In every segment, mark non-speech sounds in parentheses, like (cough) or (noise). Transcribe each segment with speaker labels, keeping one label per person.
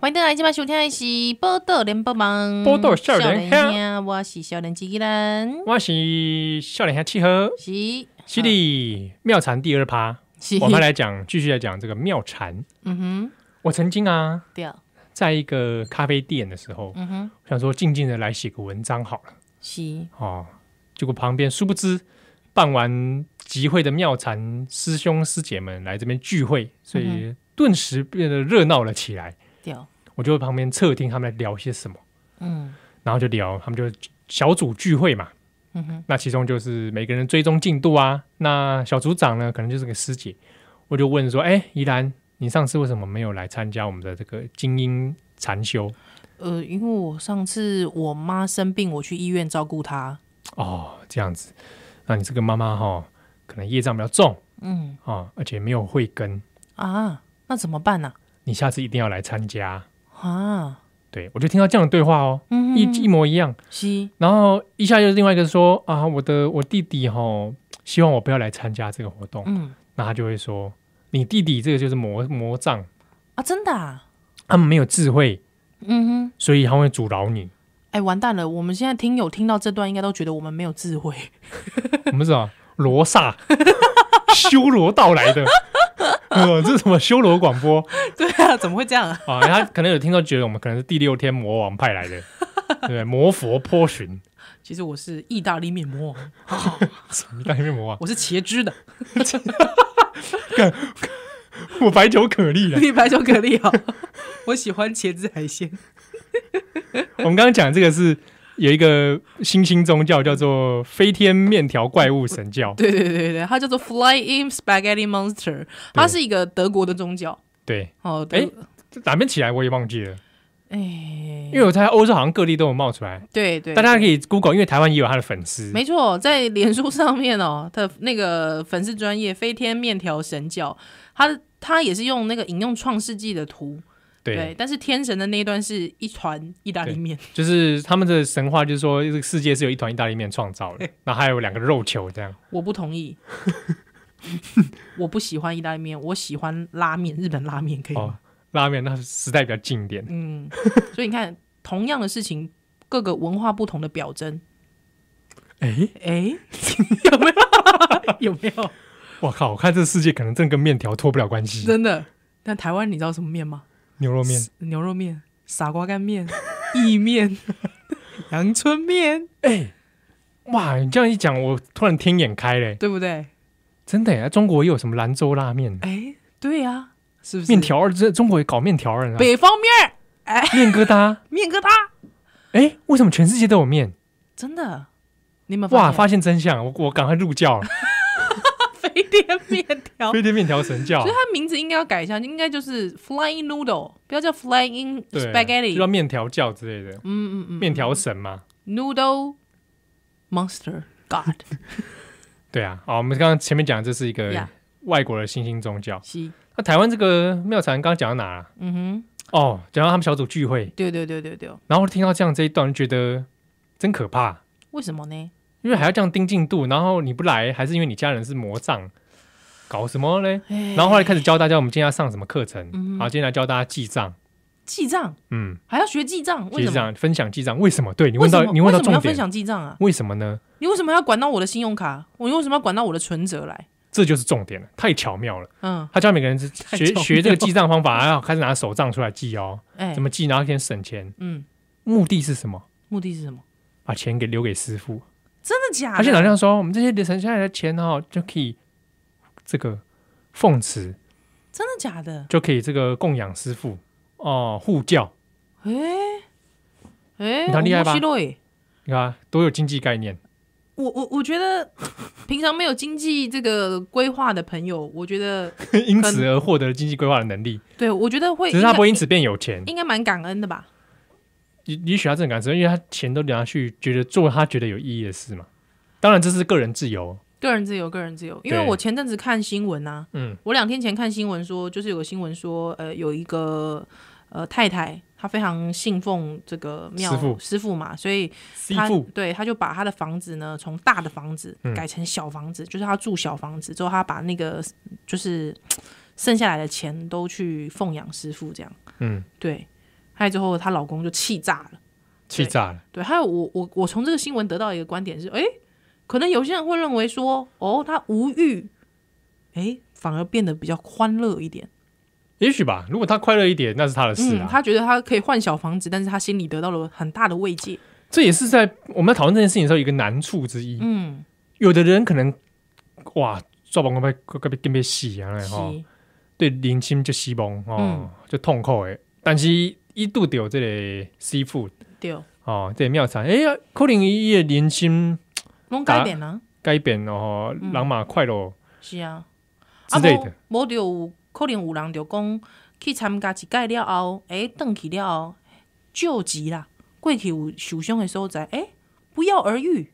Speaker 1: 欢迎大家今晚收听的是《报道联播网》，
Speaker 2: 报道少年兄
Speaker 1: 兄，我是少年机器人，
Speaker 2: 我是笑脸下契合，
Speaker 1: 是
Speaker 2: 犀利妙禅第二趴，
Speaker 1: 是，
Speaker 2: 我们来讲，继续来讲这个妙禅。
Speaker 1: 嗯
Speaker 2: 我曾经啊，
Speaker 1: 哼，对，
Speaker 2: 在一个咖啡店的时候，
Speaker 1: 嗯哼，
Speaker 2: 我想说静静的来写个文章好了，
Speaker 1: 是，
Speaker 2: 哦，结果旁边殊不知办完集会的妙禅师兄师姐们来这边聚会，所
Speaker 1: 嗯
Speaker 2: 以顿时变得热闹了起来。
Speaker 1: 对，
Speaker 2: 我就在旁边侧听他们在聊些什么，
Speaker 1: 嗯
Speaker 2: 然后就聊，他们就小组聚会嘛，
Speaker 1: 嗯哼，
Speaker 2: 那其中就是每个人追踪进度啊。那小组长呢，可能就是个师姐，我就问说：“哎、宜兰，你上次为什么没有来参加我们的这个精英禅修
Speaker 1: 呃，因为我上次我妈生病，我去医院照顾她，？”
Speaker 2: 哦，这样子，那你这个妈妈哈，可能业障比较重
Speaker 1: 嗯
Speaker 2: 啊、哦而且没有慧根，
Speaker 1: 啊，那怎么办呢？
Speaker 2: 你下次一定要来参加。
Speaker 1: 啊，
Speaker 2: 对我就听到这样的对话哦，
Speaker 1: 嗯
Speaker 2: 一
Speaker 1: 哼，
Speaker 2: 一模一样。
Speaker 1: 是，
Speaker 2: 然后一下又另外一个说：“啊，我的我弟弟哈，希望我不要来参加这个活动。
Speaker 1: 嗯
Speaker 2: 那他就会说：“你弟弟这个就是魔魔障。”
Speaker 1: 啊，真的啊，
Speaker 2: 他们没有智慧，
Speaker 1: 嗯哼，
Speaker 2: 所以他会阻挠你。 (laughs)
Speaker 1: 哎，完蛋了，我们现在听友听到这段，应该都觉得我们没有智慧，
Speaker 2: 我们是啊，罗刹 (laughs) 修罗道来的， (laughs) 呃，这是什么修罗广播
Speaker 1: (laughs) 对啊，怎么会这样啊？
Speaker 2: 啊？他可能有听众觉得我们可能是第六天魔王派来的，对不对，魔佛波旬，
Speaker 1: 其实我是意大利面魔王，
Speaker 2: 什么大面魔王，
Speaker 1: 我是茄汁的，
Speaker 2: 我白酒可立了。
Speaker 1: (laughs) 你白巧克力哦， (laughs) 我喜欢茄子海鲜。
Speaker 2: (laughs) 我们刚刚讲这个是有一个新兴宗教叫做飞天面条怪物神教，
Speaker 1: (laughs) 对对对对，它叫做 Flying Spaghetti Monster，它是一个德国的宗教。
Speaker 2: (laughs) 对，
Speaker 1: 哦，
Speaker 2: 哎
Speaker 1: 对，
Speaker 2: 这哪边起来我也忘记了，
Speaker 1: 哎，
Speaker 2: 因为我在欧洲好像各地都有冒出来，
Speaker 1: 对对，
Speaker 2: 大家可以 Google，因为台湾也有他的粉丝，
Speaker 1: 没错，在脸书上面哦，它的那个粉丝专业飞天面条神教，它它也是用那个引用创世纪的图，
Speaker 2: 对
Speaker 1: 对，，但是天神的那一段是一团意大利面，
Speaker 2: 就是他们的神话，就是说这个世界是由一团意大利面创造
Speaker 1: (laughs)
Speaker 2: 的，然后还有两个肉球这样。
Speaker 1: 我不同意。我不喜欢意大利面，我喜欢拉面，日本拉面可以吗？
Speaker 2: 哦，拉面那时代比较近一点。
Speaker 1: 嗯，所以你看，同样的事情，各个文化不同的表征，
Speaker 2: 哎，
Speaker 1: 哎、 (laughs) 有没有？有 (laughs) 没有？
Speaker 2: 我靠！我看这个世界可能真的跟面条脱不了关系。
Speaker 1: 真的？但台湾你知道什么面吗？
Speaker 2: 牛肉面，
Speaker 1: 牛肉面、傻瓜干面、 (laughs) 意面、 (laughs) 阳春面，
Speaker 2: 哎，哇！你这样一讲，我突然天眼开嘞，
Speaker 1: 对不对？
Speaker 2: 真的耶！中国也有什么兰州拉面、
Speaker 1: 哎、对呀、是不是？
Speaker 2: 面、条，这中国也搞面条人啊，
Speaker 1: 北方面儿、
Speaker 2: 面疙
Speaker 1: (laughs)
Speaker 2: 瘩。
Speaker 1: 面疙瘩，
Speaker 2: 哎，为什么全世界都有面？
Speaker 1: 真的？你们
Speaker 2: 哇！
Speaker 1: 发
Speaker 2: 发现真相，我我赶快
Speaker 1: (laughs)
Speaker 2: 入教了，
Speaker 1: 现 (laughs) 飞碟面条，
Speaker 2: 飞天面条神教
Speaker 1: 所以。它名字应该要改一下，应该就是 Flying Noodle，不要叫 Flying
Speaker 2: 对，
Speaker 1: Spaghetti
Speaker 2: 就。叫面条教之类的，
Speaker 1: 嗯嗯嗯，
Speaker 2: 面条神嘛。
Speaker 1: Noodle Monster God
Speaker 2: 对啊，好，我们刚刚前面讲的这是一个
Speaker 1: Yeah
Speaker 2: 外国的新兴宗教。
Speaker 1: 西，
Speaker 2: 那台湾这个妙禅刚刚讲到哪了？
Speaker 1: 嗯哼，
Speaker 2: 哦，讲到他们小组聚会，
Speaker 1: 对对对对对，
Speaker 2: 然后听到这样这一段，觉得真可怕，
Speaker 1: 为什么呢？
Speaker 2: 因为还要这样盯进度，然后你不来，还是因为你家人是魔障，搞什么嘞？
Speaker 1: 哎嗯
Speaker 2: 然后后来开始教大家，我们今天要上什么课程？好，今天来教大家记账，
Speaker 1: 记账
Speaker 2: 嗯，
Speaker 1: 还要学记账，为
Speaker 2: 记
Speaker 1: 什么？
Speaker 2: 账，分享记账，为什么？对你
Speaker 1: 为
Speaker 2: 问
Speaker 1: 什
Speaker 2: 到
Speaker 1: 么
Speaker 2: 你问到
Speaker 1: 为什么
Speaker 2: 重
Speaker 1: 要分
Speaker 2: 点，
Speaker 1: 享记账啊？
Speaker 2: 为什么呢？
Speaker 1: 你为什么要管到我的信用卡？我为什么要管到我的存折来？
Speaker 2: 这就是重点了，太巧妙了。
Speaker 1: 嗯，
Speaker 2: 他教每
Speaker 1: (laughs)
Speaker 2: 个人是
Speaker 1: 太
Speaker 2: 学
Speaker 1: 巧妙
Speaker 2: 学这个记账方法，然后开始拿手账出来记哦，
Speaker 1: 哎
Speaker 2: 怎，么记，然后先省钱。
Speaker 1: 嗯，
Speaker 2: 目的是什么？
Speaker 1: 目的是什么？
Speaker 2: 把钱给留给师傅。
Speaker 1: 真的假
Speaker 2: 他啊现
Speaker 1: 的？
Speaker 2: 场这样说：“我们这些省下来的钱哦，就可以这个奉持，
Speaker 1: 真的假的？
Speaker 2: 就可以这个供养师傅哦，护教。
Speaker 1: 哎哎，
Speaker 2: 你看厉害吧
Speaker 1: 面白い
Speaker 2: 你看多有经济概念， (laughs)
Speaker 1: 我我我觉得， (laughs) 平常没有经济这个规划的朋友，我觉得，
Speaker 2: 因此而获得了经济规划的能力。
Speaker 1: 对我觉得会，
Speaker 2: 只是他不会因
Speaker 1: 应
Speaker 2: 此变有钱
Speaker 1: 该，应该蛮感恩的吧？
Speaker 2: 也也许他这种感受，因为他钱都拿去觉得做他觉得有意义的事嘛。当然这是个人自由，
Speaker 1: 个人自由，个人自由。因为
Speaker 2: 对
Speaker 1: 我前阵子看新闻啊，
Speaker 2: 嗯，
Speaker 1: 我两天前看新闻说，就是有个新闻说，呃，有一个呃太太，她非常信奉这个庙
Speaker 2: 师父
Speaker 1: 嘛，所以
Speaker 2: 师
Speaker 1: 她
Speaker 2: 傅
Speaker 1: 对，她就把她的房子呢，从大的房子
Speaker 2: 嗯
Speaker 1: 改成小房子，就是她住小房子之后，她把那个就是嘖剩下来的钱都去奉养师傅这样。
Speaker 2: 嗯，
Speaker 1: 对，还有最后她老公就气炸了。
Speaker 2: 气炸了，
Speaker 1: 对，还有我我我从这个新闻得到一个观点是，诶，可能有些人会认为说，哦，他无欲，诶，反而变得比较欢乐一点。
Speaker 2: 也许吧。如果他快乐一点，那是他的事
Speaker 1: 嗯，
Speaker 2: 啊。
Speaker 1: 他觉得他可以换小房子，但是他心里得到了很大的慰藉。
Speaker 2: 这也是在我们在讨论这件事情的时候一个难处之一。
Speaker 1: 嗯，
Speaker 2: 有的人可能哇，抓膀快快快被更被洗啊，
Speaker 1: 是，嗯
Speaker 2: 吼，对人心就西崩哦，就痛苦诶。但是伊拄着这个师傅
Speaker 1: 对，
Speaker 2: 哦，这个妙产，哎呀，可能伊的人心
Speaker 1: 拢改变啊，
Speaker 2: 改变哦，
Speaker 1: 嗯
Speaker 2: 人嘛快乐
Speaker 1: 是啊，
Speaker 2: 之类的。
Speaker 1: 无就有可能有人就讲去参加一届了后，诶，登去了后救急啦，过去有受伤的所在，诶，哎不药而愈。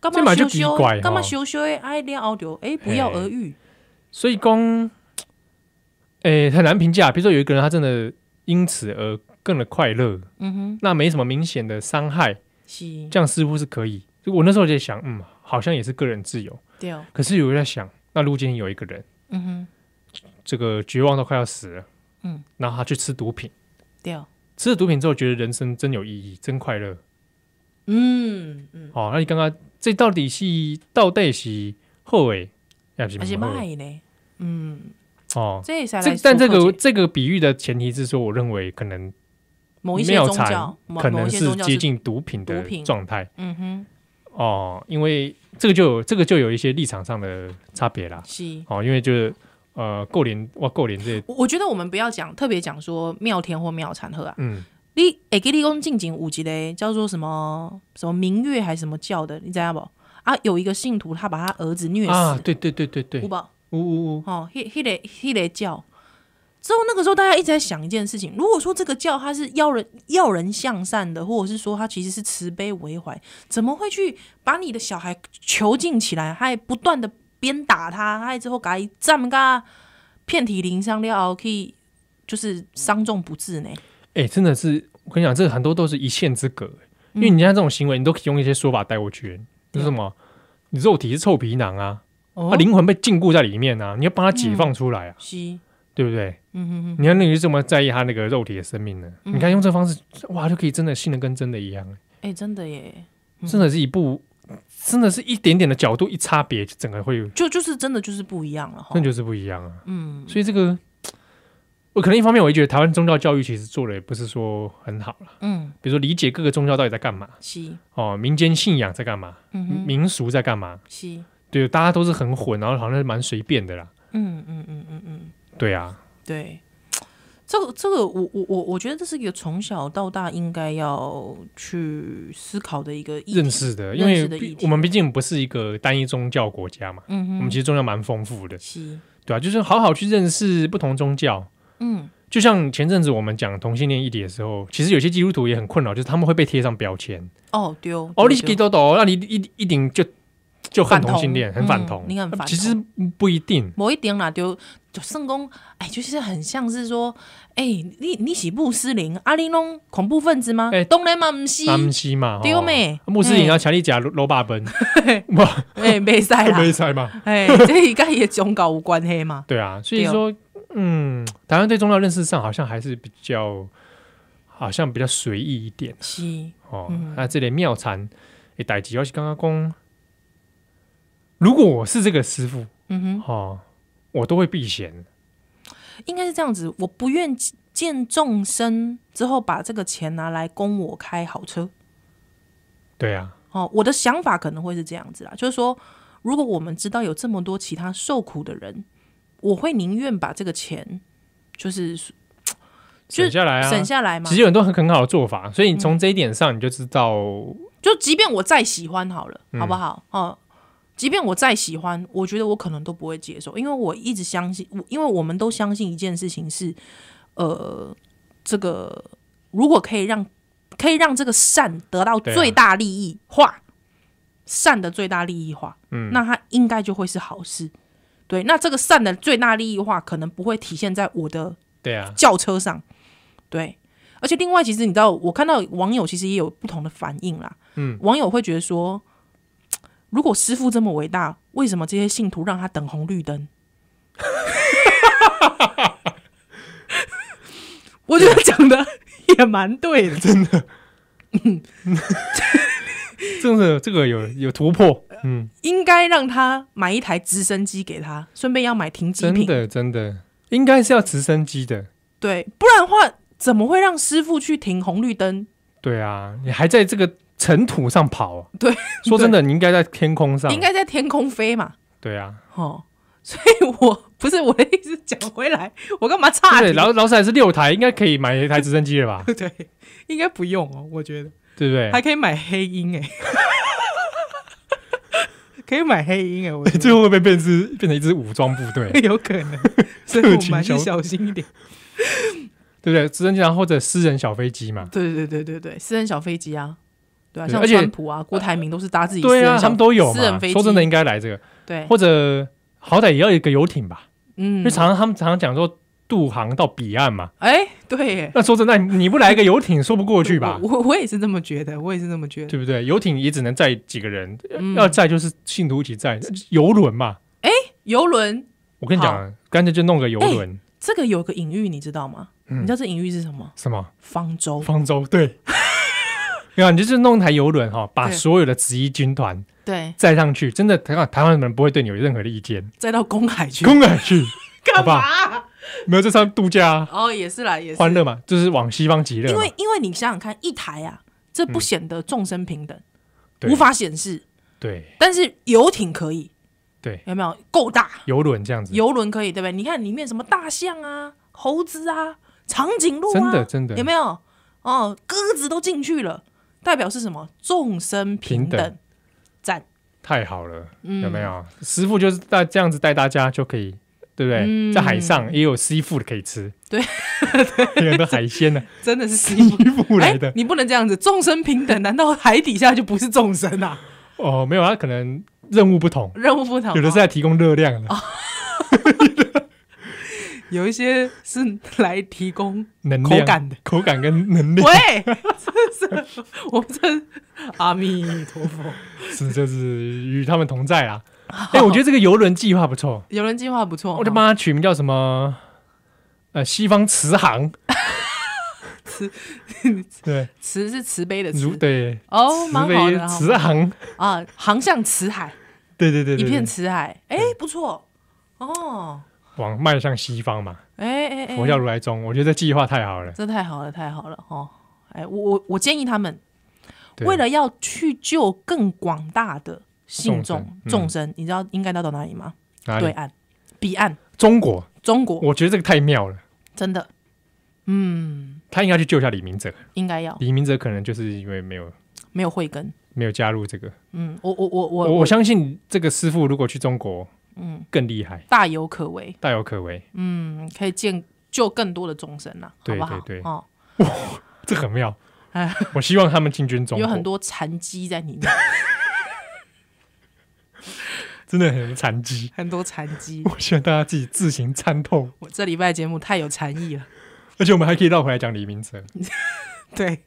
Speaker 1: 干
Speaker 2: 这嘛
Speaker 1: 嘛
Speaker 2: 就
Speaker 1: 修
Speaker 2: 奇
Speaker 1: 修？
Speaker 2: 怪
Speaker 1: 干嘛
Speaker 2: 吼
Speaker 1: 修修？哎，了后就诶，不药而愈。
Speaker 2: 所以讲，诶、很难评价。比如说有一个人，他真的因此而更了快乐，
Speaker 1: 嗯哼，
Speaker 2: 那没什么明显的伤害，
Speaker 1: 是，
Speaker 2: 这样似乎是可以。我那时候就在想，嗯，好像也是个人自由。
Speaker 1: 对，
Speaker 2: 可是有人在想，那如果今天有一个人，
Speaker 1: 嗯哼，
Speaker 2: 这个绝望到快要死了，
Speaker 1: 嗯，
Speaker 2: 然后他去吃毒品，
Speaker 1: 对，
Speaker 2: 吃了毒品之后觉得人生真有意义，真快乐。
Speaker 1: 嗯嗯，
Speaker 2: 哦，那你刚刚这到底是到底是后悔，还是
Speaker 1: 而且
Speaker 2: 不后悔
Speaker 1: 歹呢，嗯，
Speaker 2: 哦？
Speaker 1: 这也才来
Speaker 2: 这但这
Speaker 1: 思
Speaker 2: 个
Speaker 1: 考解
Speaker 2: 这个比喻的前提是说，我认为可能
Speaker 1: 某一些
Speaker 2: 妙
Speaker 1: 宗
Speaker 2: 禅
Speaker 1: 教，某
Speaker 2: 可
Speaker 1: 某
Speaker 2: 能
Speaker 1: 一些
Speaker 2: 是
Speaker 1: 宗教
Speaker 2: 接，近毒品的
Speaker 1: 毒品
Speaker 2: 状态
Speaker 1: 嗯哼，
Speaker 2: 哦，因为这个就有这个就有一些立场上的差别啦。
Speaker 1: 是。
Speaker 2: 哦，因为就是呃，够连哇，够连这
Speaker 1: 我我觉得我们不要讲特别讲说妙天或妙禅喝啊，
Speaker 2: 嗯，
Speaker 1: 你会记你讲近景有一个叫做什么什么明月还是什么教的，你知道不？啊，有一个信徒他把他儿子虐死，
Speaker 2: 啊，对对对对对
Speaker 1: 有，吧？
Speaker 2: 呜呜呜，
Speaker 1: 哦，迄迄个迄个教。之后那个时候，大家一直在想一件事情：如果说这个教他是要人要人向善的，或者是说他其实是慈悲为怀，怎么会去把你的小孩囚禁起来，还不断的鞭打他，还之后给他这么个遍体鳞伤了后，可以就是伤重不治呢？
Speaker 2: 哎，真的是我跟你讲，这很多都是一线之隔，欸因
Speaker 1: 嗯
Speaker 2: 为你像这种行为，你都可以用一些说法带过去，就是什么，你肉体是臭皮囊啊，
Speaker 1: 啊哦嗯
Speaker 2: 啊，灵魂被禁锢在里面啊，你要帮他解放出来啊，
Speaker 1: 是，
Speaker 2: 对不对？
Speaker 1: 嗯哼哼，嗯
Speaker 2: 你看，那你是怎么在意他那个肉体的生命呢？你看用这方式，哇，就可以真的信的跟真的一样，
Speaker 1: 哎、真的耶，
Speaker 2: 真的是一部，真的是一点点的角度一差别，就整个会
Speaker 1: 就就是真的就是不一样了哈
Speaker 2: 那。就是不一样啊。
Speaker 1: 哦嗯，
Speaker 2: 所以这个，我可能一方面我也觉得台湾宗教教育其实做的也不是说很好了，
Speaker 1: 嗯，
Speaker 2: 比如说理解各个宗教到底在干嘛，
Speaker 1: 是，
Speaker 2: 哦，民间信仰在干嘛，
Speaker 1: 嗯哼，
Speaker 2: 民俗在干嘛，
Speaker 1: 是，
Speaker 2: 对，大家都是很混，然后好像是蛮随便的啦。
Speaker 1: 嗯嗯嗯嗯嗯，
Speaker 2: 对啊，
Speaker 1: 对，这个这个，我我我我觉得这是一个从小到大应该要去思考的一个议
Speaker 2: 认
Speaker 1: 题。
Speaker 2: 识的，
Speaker 1: 认
Speaker 2: 因为
Speaker 1: 识的
Speaker 2: 毕
Speaker 1: 议题
Speaker 2: 我们毕竟不是一个单一宗教国家嘛，
Speaker 1: 嗯
Speaker 2: 我们
Speaker 1: 哼，
Speaker 2: 其实宗教蛮丰富的，
Speaker 1: 是，
Speaker 2: 对啊，就是好好去认识不同宗教。
Speaker 1: 嗯，
Speaker 2: 就像前阵子我们讲同性恋议题的时候，其实有些基督徒也很困扰，就是他们会被贴上标签。
Speaker 1: 哦，丢
Speaker 2: 哦，你是基督徒，那你一一定就就很同性恋，
Speaker 1: 反同
Speaker 2: 很反同。
Speaker 1: 嗯你很反同
Speaker 2: 其实不一定，
Speaker 1: 某一点啦，丢就圣公，哎，就是很像是说，哎，你你是穆斯林，阿玲拢恐怖分子吗？
Speaker 2: 哎
Speaker 1: 当然嘛，不是，
Speaker 2: 南西嘛，
Speaker 1: 对
Speaker 2: 吼
Speaker 1: 咩
Speaker 2: 哦啊穆斯林要强力夹罗巴本，哇，
Speaker 1: 哎，没塞啦，
Speaker 2: (laughs) 没猜嘛？
Speaker 1: 哎，这应该也宗教有关系嘛。 (laughs)
Speaker 2: 对啊，
Speaker 1: 哦
Speaker 2: 所以说，嗯，台湾对宗教认识上好像还是比较，好像比较随意一点
Speaker 1: 是，
Speaker 2: 哦
Speaker 1: 嗯。
Speaker 2: 那这类妙禅诶，代志，要是刚刚讲，如果我是这个师傅
Speaker 1: 嗯哼。
Speaker 2: 哦，我都会避嫌。
Speaker 1: 应该是这样子，我不愿见众生之后把这个钱拿来供我开好车。
Speaker 2: 对啊，
Speaker 1: 哦，我的想法可能会是这样子啦，就是说，如果我们知道有这么多其他受苦的人，我会宁愿把这个钱就是就
Speaker 2: 省下来啊，
Speaker 1: 省下来嘛嗯
Speaker 2: 其。实有很多很很好的做法，所以你从这一点上你就知道，
Speaker 1: 就即便我再喜欢好了，
Speaker 2: 嗯
Speaker 1: 好不好？哦，即便我再喜欢，我觉得我可能都不会接受，因为我一直相信，我因为我们都相信一件事情是，呃，这个如果可以让可以让这个善得到
Speaker 2: 对啊
Speaker 1: 最大利益化，善的最大利益化，
Speaker 2: 嗯
Speaker 1: 那它应该就会是好事。对，那这个善的最大利益化可能不会体现在我的
Speaker 2: 对啊，
Speaker 1: 轿车上。对，而且另外，其实你知道，我看到网友其实也有不同的反应啦。
Speaker 2: 嗯，
Speaker 1: 网友会觉得说，如果师傅这么伟大，为什么这些信徒让他等红绿灯？ (laughs) 我觉得讲的也蛮对的。
Speaker 2: 这个这个有有突破，嗯，
Speaker 1: (laughs) 应该让他买一台直升机给他，顺便要买停机
Speaker 2: 真
Speaker 1: 坪。
Speaker 2: 的真的应该是要直升机的，
Speaker 1: 对，不然的话怎么会让师傅去停红绿灯？
Speaker 2: 对啊，你还在这个尘土上跑、啊，
Speaker 1: 对，
Speaker 2: 说真的，你应该在天空上，
Speaker 1: 应该在天空飞嘛。
Speaker 2: 对啊，
Speaker 1: 哦，所以我不是我的意思，讲回来，我干嘛差
Speaker 2: 对，
Speaker 1: 点？，
Speaker 2: 劳劳斯莱斯六台应该可以买一台直升机了吧
Speaker 1: (laughs) 对，应该不用哦，我觉得
Speaker 2: 对不对？
Speaker 1: 还可以买黑鹰哎、 (laughs) 可以买黑鹰哎、我觉
Speaker 2: 最 (laughs) 后会被变是变成一支武装部
Speaker 1: (laughs)
Speaker 2: 队，
Speaker 1: 得有可
Speaker 2: (laughs)
Speaker 1: 能，所以我们还
Speaker 2: 特
Speaker 1: 是
Speaker 2: 勤小
Speaker 1: 小心一点。
Speaker 2: 对不对？直升机然后或者私人小飞机嘛，
Speaker 1: 对对对对对，私人小飞机啊，对啊，
Speaker 2: 对
Speaker 1: 像
Speaker 2: 而且
Speaker 1: 川普啊、郭台铭都是搭自己私
Speaker 2: 对
Speaker 1: 人
Speaker 2: 啊，
Speaker 1: 小
Speaker 2: 他们都有
Speaker 1: 私人
Speaker 2: 嘛。
Speaker 1: 飞机。
Speaker 2: 说真的，，应该来这个，
Speaker 1: 对，
Speaker 2: 或者好歹也要有一个游艇吧，因
Speaker 1: 嗯
Speaker 2: 为，常常他们常常讲说渡航到彼岸嘛。
Speaker 1: 哎，对耶，
Speaker 2: 那说真的，你不来一个游艇说不过去
Speaker 1: (laughs)
Speaker 2: 吧
Speaker 1: 我？我我也是这么觉得，我也是这么觉得。
Speaker 2: 对不对？游艇也只能载几个人，
Speaker 1: 嗯
Speaker 2: 要载就是信徒一起载，游轮嘛。
Speaker 1: 游轮
Speaker 2: 我跟你讲，干脆就弄个游轮，
Speaker 1: 这个有个隐喻，你知道吗？
Speaker 2: 嗯
Speaker 1: 你知道这隐喻是什么？
Speaker 2: 什么
Speaker 1: 方舟。
Speaker 2: 方舟
Speaker 1: (laughs)
Speaker 2: 对。对啊，你就是弄一台游轮哈，把
Speaker 1: 对
Speaker 2: 所有的职一军团
Speaker 1: 对，
Speaker 2: 载上去，真的台湾台湾人不会对你有任何的意见。
Speaker 1: 再到公海去
Speaker 2: 公
Speaker 1: (laughs)
Speaker 2: 海去
Speaker 1: 干
Speaker 2: 好吧
Speaker 1: 嘛？
Speaker 2: 没有这上度假、啊，
Speaker 1: 哦，也是啦，也是
Speaker 2: 欢乐嘛，就是往西方极乐
Speaker 1: 因
Speaker 2: 嘛。
Speaker 1: 为因为你想想看，一台啊，这不显得众生平等，
Speaker 2: 嗯对
Speaker 1: 无法显示。
Speaker 2: 对
Speaker 1: 但是游艇可以，
Speaker 2: 对，
Speaker 1: 有没有够大？
Speaker 2: 游轮这样子，
Speaker 1: 游轮可以，对不对？你看里面什么大象啊、猴子啊、长颈鹿啊，
Speaker 2: 真的真的
Speaker 1: 有没有？哦，鸽子都进去了，代表是什么？众生平
Speaker 2: 平
Speaker 1: 等
Speaker 2: 等。
Speaker 1: 赞，
Speaker 2: 太好了，
Speaker 1: 嗯
Speaker 2: 有没？有？师傅就是带这样子带大家就可以，对不对？
Speaker 1: 嗯
Speaker 2: 在海上也有 seafood 可以吃， (laughs)
Speaker 1: 对，
Speaker 2: 很多海鲜呢、啊
Speaker 1: 真的是师
Speaker 2: (laughs) 衣
Speaker 1: 傅。
Speaker 2: 服来
Speaker 1: (laughs)
Speaker 2: 的
Speaker 1: 哎。你不能这样子，众生平等，难道海底下就不是众生啊？
Speaker 2: 哦，没有，他可能任务不同，
Speaker 1: 任务不同，哦
Speaker 2: 有的是在提供热量的、
Speaker 1: 有一些是来提供
Speaker 2: 能量、
Speaker 1: 口感的。
Speaker 2: 口感跟能量
Speaker 1: 喂，这是我们这阿弥陀佛，
Speaker 2: 是就是与他们同在啦。
Speaker 1: 哦
Speaker 2: 哎、我觉得这个游轮计划不错，
Speaker 1: 游轮计划不错，哦
Speaker 2: 我就帮他取名叫什么？呃，西方慈航，
Speaker 1: (laughs) 慈
Speaker 2: (laughs) 对，
Speaker 1: 慈是慈悲的
Speaker 2: 如
Speaker 1: 慈，
Speaker 2: 对，
Speaker 1: 哦，蛮好的
Speaker 2: 慈
Speaker 1: 哈
Speaker 2: 航，
Speaker 1: 啊，航向慈海，
Speaker 2: 对对对对
Speaker 1: 一
Speaker 2: 对，
Speaker 1: 片慈海，哎，不错哦，
Speaker 2: 往迈向西方嘛，
Speaker 1: 哎哎哎，
Speaker 2: 佛教如来宗，我觉得这计划太好了。
Speaker 1: 这太好了，太好了哦，哎，我我我建议他们
Speaker 2: 对
Speaker 1: 为了要去救更广大的信众
Speaker 2: 众生
Speaker 1: 众
Speaker 2: 嗯
Speaker 1: 生，你知道应该到到哪里吗？
Speaker 2: 哪
Speaker 1: 对
Speaker 2: 里？
Speaker 1: 岸、彼岸、
Speaker 2: 中国，
Speaker 1: 中国，
Speaker 2: 我觉得这个太妙了，
Speaker 1: 真的，嗯，
Speaker 2: 他应该去救一下李明哲。
Speaker 1: 应该要
Speaker 2: 李明哲可能就是因为没有
Speaker 1: 没有慧根。
Speaker 2: 没有加入这个，
Speaker 1: 嗯，我我我
Speaker 2: 我
Speaker 1: 我
Speaker 2: 我相信这个师傅如果去中国
Speaker 1: 嗯
Speaker 2: 更厉害，
Speaker 1: 大有可为，
Speaker 2: 大有可为，
Speaker 1: 嗯，可以见救更多的众生呐、好
Speaker 2: 对
Speaker 1: 不好？
Speaker 2: 对对
Speaker 1: 哦，
Speaker 2: 这很妙
Speaker 1: 哎。
Speaker 2: 我希望他们进军中国，
Speaker 1: 有很多残疾在里面，
Speaker 2: 真的 (laughs) 很残疾。
Speaker 1: 很多残疾。
Speaker 2: 我希望大家自己自行参透，
Speaker 1: (laughs) 我这礼拜节目太有禅意
Speaker 2: (laughs)
Speaker 1: 了，
Speaker 2: 而且我们还可以绕回来讲李明哲，
Speaker 1: 对，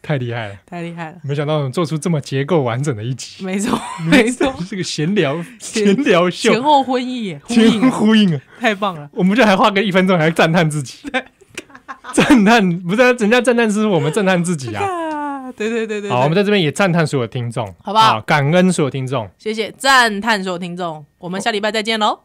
Speaker 2: 太厉害了！
Speaker 1: 太厉害了，
Speaker 2: 没想到我们做出这么结构完整的一集，
Speaker 1: 没错 (laughs) 没错，
Speaker 2: 这个闲聊闲聊秀
Speaker 1: 前，后婚姻耶，呼
Speaker 2: (laughs) 前
Speaker 1: 应
Speaker 2: 后呼应啊！
Speaker 1: 太棒了，
Speaker 2: 我们就还花个一分钟，还赞叹自己，赞叹不是啊人家赞叹是我们赞叹自己啊！
Speaker 1: 啊，对对 (laughs) 对对，
Speaker 2: 好，我们
Speaker 1: 再
Speaker 2: 在这边也赞叹所有听众，
Speaker 1: 好不好
Speaker 2: 啊感恩所有听众，
Speaker 1: 谢谢赞叹所有听众，我们下礼拜再见喽，